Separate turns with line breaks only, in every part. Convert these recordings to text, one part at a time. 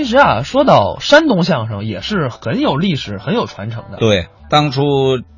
其实啊，说到山东相声，也是很有历史、很有传承的。
对，当初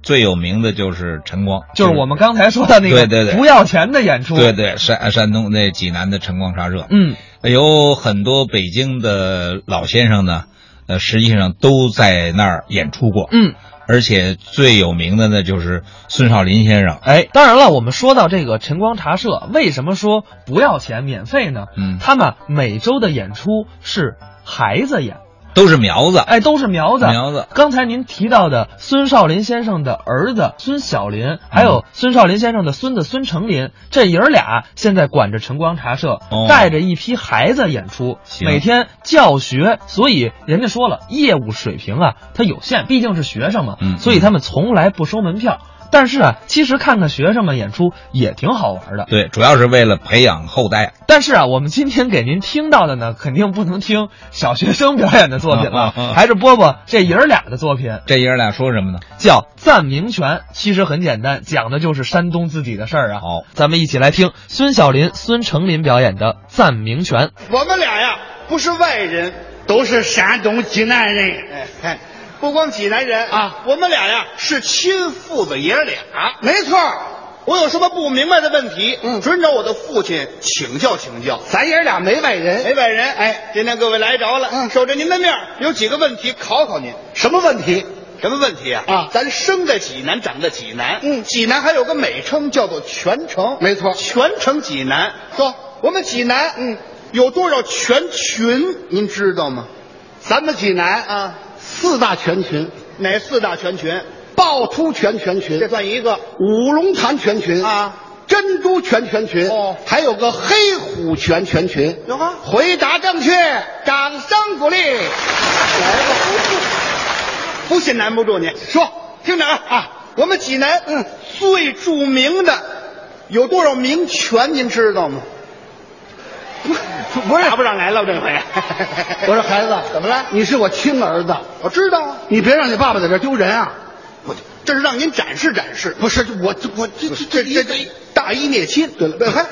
最有名的就是陈光，
就是我们刚才说的那
对对
个
对
不要钱的演出。
对对山呃山东那济南的晨光沙社，
嗯，
有很多北京的老先生呢，呃，实际上都在那儿演出过，
嗯，
而且最有名的呢就是孙少林先生，
哎，当然了，我们说到这个晨光茶社，为什么说不要钱、免费呢？
嗯，
他们每周的演出是孩子演，
都是苗子，
哎，都是苗子。
苗子，
刚才您提到的孙少林先生的儿子孙小林，还
嗯
有孙少林先生的孙子孙成林，这爷儿俩现在管着晨光茶社，
哦
带着一批孩子演出，
行
每天教学。所以人家说了，业务水平啊，它有限，毕竟是学生嘛，
嗯
所以他们从来不收门票。但是啊，其实看看学生们演出也挺好玩的。
对，主要是为了培养后代，
但是啊，我们今天给您听到的呢，肯定不能听小学生表演的作品 了
啊啊，啊
还是播播这爷儿俩的作品。
这爷儿俩说什么呢？
叫赞名权，其实很简单，讲的就是山东自己的事儿啊。
好，
咱们一起来听孙小林、孙成林表演的《赞名权》。
我们俩呀，不是外人，
都是山东济南人，
哎，哎不光济南人
啊
我们俩呀是亲父子爷俩。
啊
没错儿，我有什么不明白的问题，嗯，准找我的父亲请教请教。
咱爷俩没外人。
没外人，哎，今天各位来着了，嗯，守着您的面儿有几个问题考考您。
什么问题？
什么问题啊？
啊
咱生在济南，长在济南，
嗯
济南还有个美称叫做全城，
没错
全城济南。说我们济南，嗯，有多少全群？您知道吗？
咱们济南
啊，
四大拳群：
哪四大全群？
趵突拳拳群
这，算一个
五龙潭拳群
啊，
珍珠拳拳群，
哦
还有个黑虎拳拳群。
有吗
回答正确，
掌声鼓励。来吧，不信难不住你。说，听着啊，我们济南嗯最著名的有多少名泉，您知 道吗？不是答不上来了这回。
我说孩子，
怎么了
你是我亲儿子，
我知道啊，
你别让你爸爸在这儿丢人啊！
我这是让您展示展示。
不是我，我这
这这这大义灭亲，
对了
还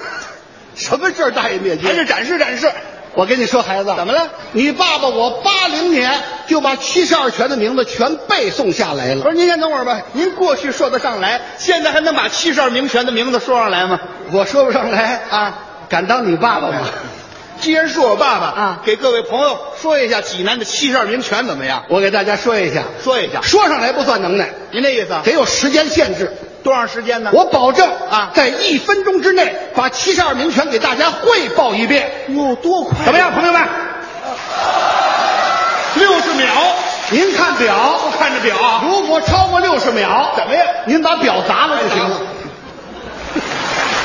什么事儿大义灭亲？还是展示展示。
我跟你说，孩子，
怎么了？
你爸爸我八零年就把七十二拳的名字全背诵下来
我说
了。
您先等会儿吧，您过去说得上来，现在还能把七十二名泉的名字说上来吗？
我说不上来
啊，
敢当你爸 爸吗？
既然是我爸爸
啊
给各位朋友说一下济南的七十二名泉怎么样？
我给大家说一下，
说一下，
说上来不算能耐，
您这意思啊？
得有时间限制。
多长时间呢？
我保证
啊
在一分钟之内把七十二名拳给大家汇报一遍，
哟，多快
怎么样，朋友们？
六十秒，
您看表，
我看着表啊，
如果超过六十秒，
怎么样哎
您把表砸了就行了。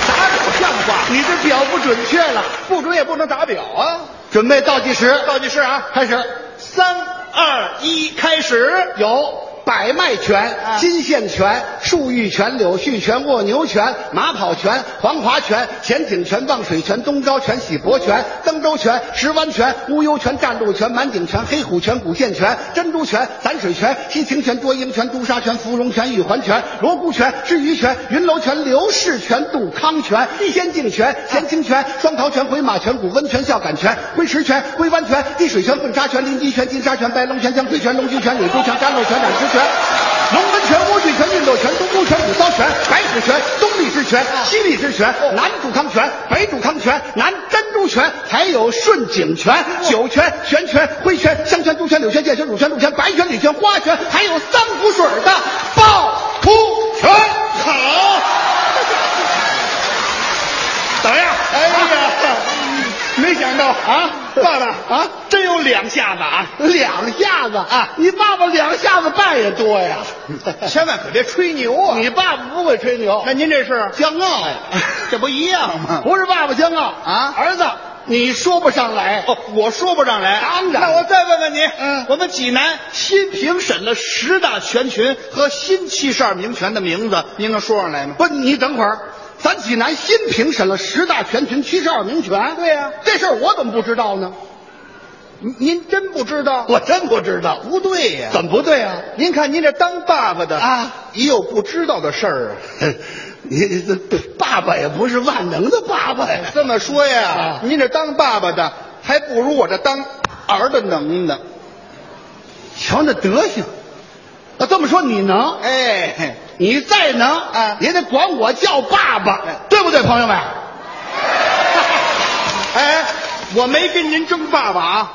打表像话，
你这表不准确了。
不准也不能打表啊。
准备倒计时，
倒计时啊，
开始。
三二一，开始。
有百脉拳、
啊
金线拳、树玉拳、柳絮拳、卧牛拳、马跑拳、黄华拳、前井拳、棒水拳、东招拳、喜伯拳、登州拳、石湾拳、乌幽拳、战鹿拳、满井拳、黑虎拳、古线拳、珍珠拳、散水拳、西秦拳、多鹰拳、朱砂拳、芙蓉拳、玉环拳、罗姑拳、之鱼拳、云楼拳、刘氏拳、杜康拳、仙境拳、乾清拳、双桃拳、回马拳、古温拳、孝感拳、龟石拳、龟湾拳、滴水拳、混沙拳、林鸡拳、金沙拳、白龙拳、江飞拳、龙驹拳、女珠拳、甘露拳、染石拳。龙门拳、莴苣拳、运斗拳、东沟拳、武骚拳、白虎拳、东力之拳、
啊
西力之拳、南主康拳、北主康拳、南珍珠拳，还有顺景拳、
哦
九拳、玄拳、挥拳、香拳、朱拳、柳拳、剑拳、乳拳、鹿拳、白拳、李拳、花拳，还有三股水的趵突拳。好，
怎么样？
哎呀，
没想到 啊，爸爸
啊
真有两下子啊！
两下子啊！你爸爸两下子办也多呀。
千万可别吹牛啊！
你爸爸不会吹牛
那，您这是
骄傲呀。
这不一样吗？
不是爸爸骄傲
啊
儿子，你说不上来。
哦，我说不上来。
当然
那我再问问你，
嗯
我们济南新评审了十大拳群和新七十二名拳的名字，您能说上来吗？
不，你等会儿，咱济南新评审了十大拳群七十二名拳。
对呀
这事儿我怎么不知道呢？
您您真不知道？
我真不知道，
不对呀、
怎么不对啊？
您看您这当爸爸的
啊，
也有不知道的事儿啊。
你这爸爸也不是万能的爸爸呀。
这么说呀，
啊
您这当爸爸的还不如我这当儿的能耐。
瞧那德行，要这么说你能，
哎，
你再能
啊
也得管我叫爸
哎
爸，对不对，朋友们？
哎，我没跟您争爸爸啊，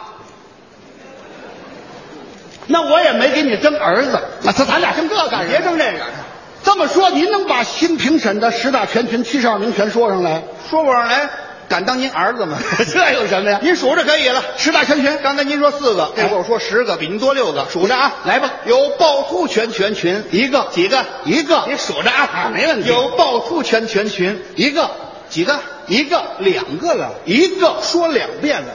那我也没给你争儿子，那咱咱俩争这干什么？啊
别争这个。
这么说，您能把新评审的十大全拳、七十二名拳说上来？
说我上来，敢当您儿子吗？
这有什么呀？
您数着可以了。
十大全拳，
刚才您说四个，这
哎
会儿我说十个，比您多六个，数着啊，
来吧
有趵突拳拳群
一个
几个？
一个
您数着啊，
没问题
有趵突拳拳群
一个
几个？
一个
两个了，
一个，
说两遍了。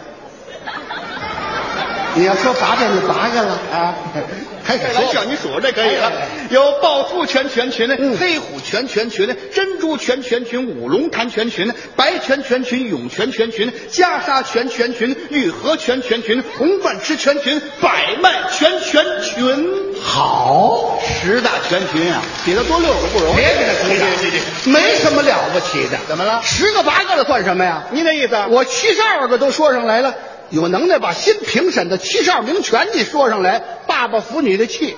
你要说八个就八个了啊，还得
开玩笑，
说
哎你数这可以了
哎哎。
有趵突拳拳群
嗯
黑虎拳拳群珍珠拳拳群、五龙潭拳群、白拳拳群、涌泉拳群、袈裟拳拳群、玉河拳拳群、红饭吃拳群、百脉拳拳群。
好，
十大拳群啊，比他多六个不容易。
别给他鼓掌
这这这，
没什么了不起的。
怎么了
十个八个的算什么呀？
您那意思啊？
我七十二个都说上来了，有能耐把新评审的七十二名拳你说上来，爸爸服你的气，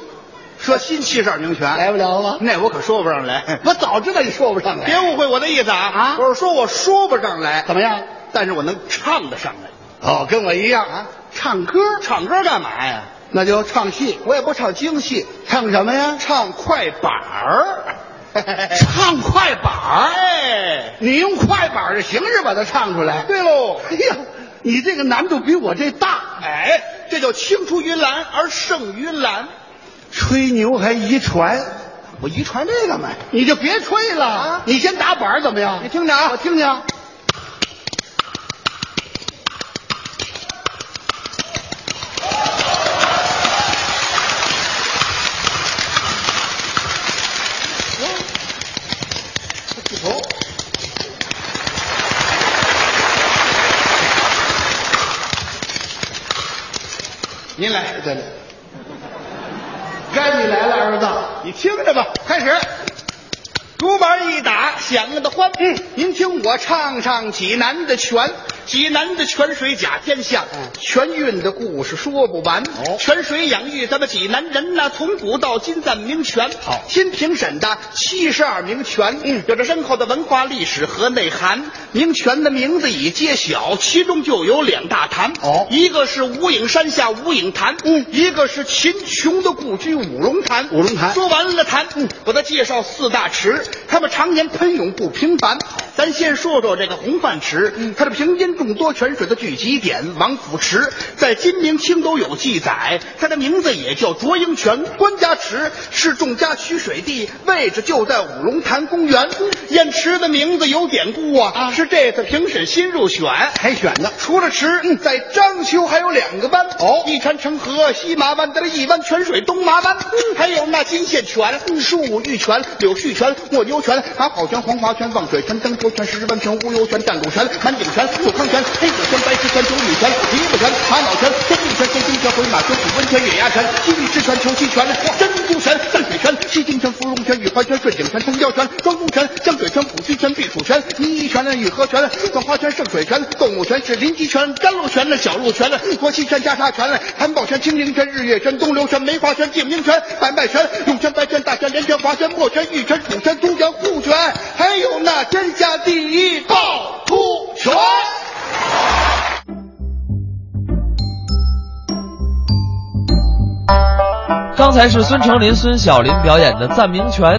说新七十二名拳
来不了了。
那我可说不上来。
我早知道你说不上来，
别误会我的意思啊
啊
我是说我说不上来，
怎么样？
但是我能唱得上来。
哦，跟我一样啊，唱歌，
唱歌干嘛呀？
那就唱戏，
我也不唱京戏，
唱什么呀？
唱快板 儿。
唱快板儿，
哎，
你用快板儿的形式把它唱出来。
对喽，
哎呀，你这个难度比我这大，
哎，这叫青出于蓝而胜于蓝。
吹牛还遗传，
我遗传这干嘛呀？
你就别吹了，
啊
你先打板儿怎么样？
你听着啊
我听听。
您来，对对，
该你来了，儿子。
你听着吧，开始。竹板一打，响得欢。嗯，您听我唱唱济南的泉，济南的泉水甲天下，泉韵的故事说不完。
哦
泉水养育咱们济南人呐、从古到今赞名泉。好，新评审的七十二名泉，嗯，有着深厚的文化历史和内涵。名泉的名字已揭晓，其中就有两大坛。
哦
一个是五影山下五影坛，嗯，一个是秦琼的故居五龙坛。
五龙坛
说完了坛，我再介绍四大池，他们常年喷涌不平凡。咱先说说这个红饭池，它是平阴众多泉水的聚集点。王府池在《金明清》都有记载，它的名字也叫浊英泉。官家池是众家取水地，位置就在五龙潭公园。燕池的名字有典故啊，是这次评审新入选
海选的
除了池，在章丘还有两个湾哦，一山成河，西麻湾，在这一湾泉水东麻湾，还有那金线泉、漱玉泉、柳絮泉、墨牛泉、马跑泉、黄华泉、望水泉、登州泉、石湾泉、乌油泉、战鹿泉、满井泉、富康泉、黑子泉、白石泉、九吕泉、梨木泉、玛瑙泉、天地泉、天津泉、回马泉、古温泉、野鸭泉、西域之泉、球溪泉、珍珠泉、淡水泉、西京泉、芙蓉泉、雨花泉、顺景泉、城郊泉、庄中泉、香水泉、普须泉、避暑泉、泥泉呢、雨河泉呢、万花泉、圣水泉、斗母泉、是林集泉、甘露泉呢、小鹿泉呢、国西泉、袈裟泉呢、含宝泉、清灵泉、日月泉、东流泉、梅花泉、净明泉、百脉泉、涌泉、白泉、大泉、连泉、华泉、墨泉、玉泉、楚泉、东泉、护泉，还有那天下第一趵突泉。
刚才是孙成林、孙小林表演的《赞名泉》。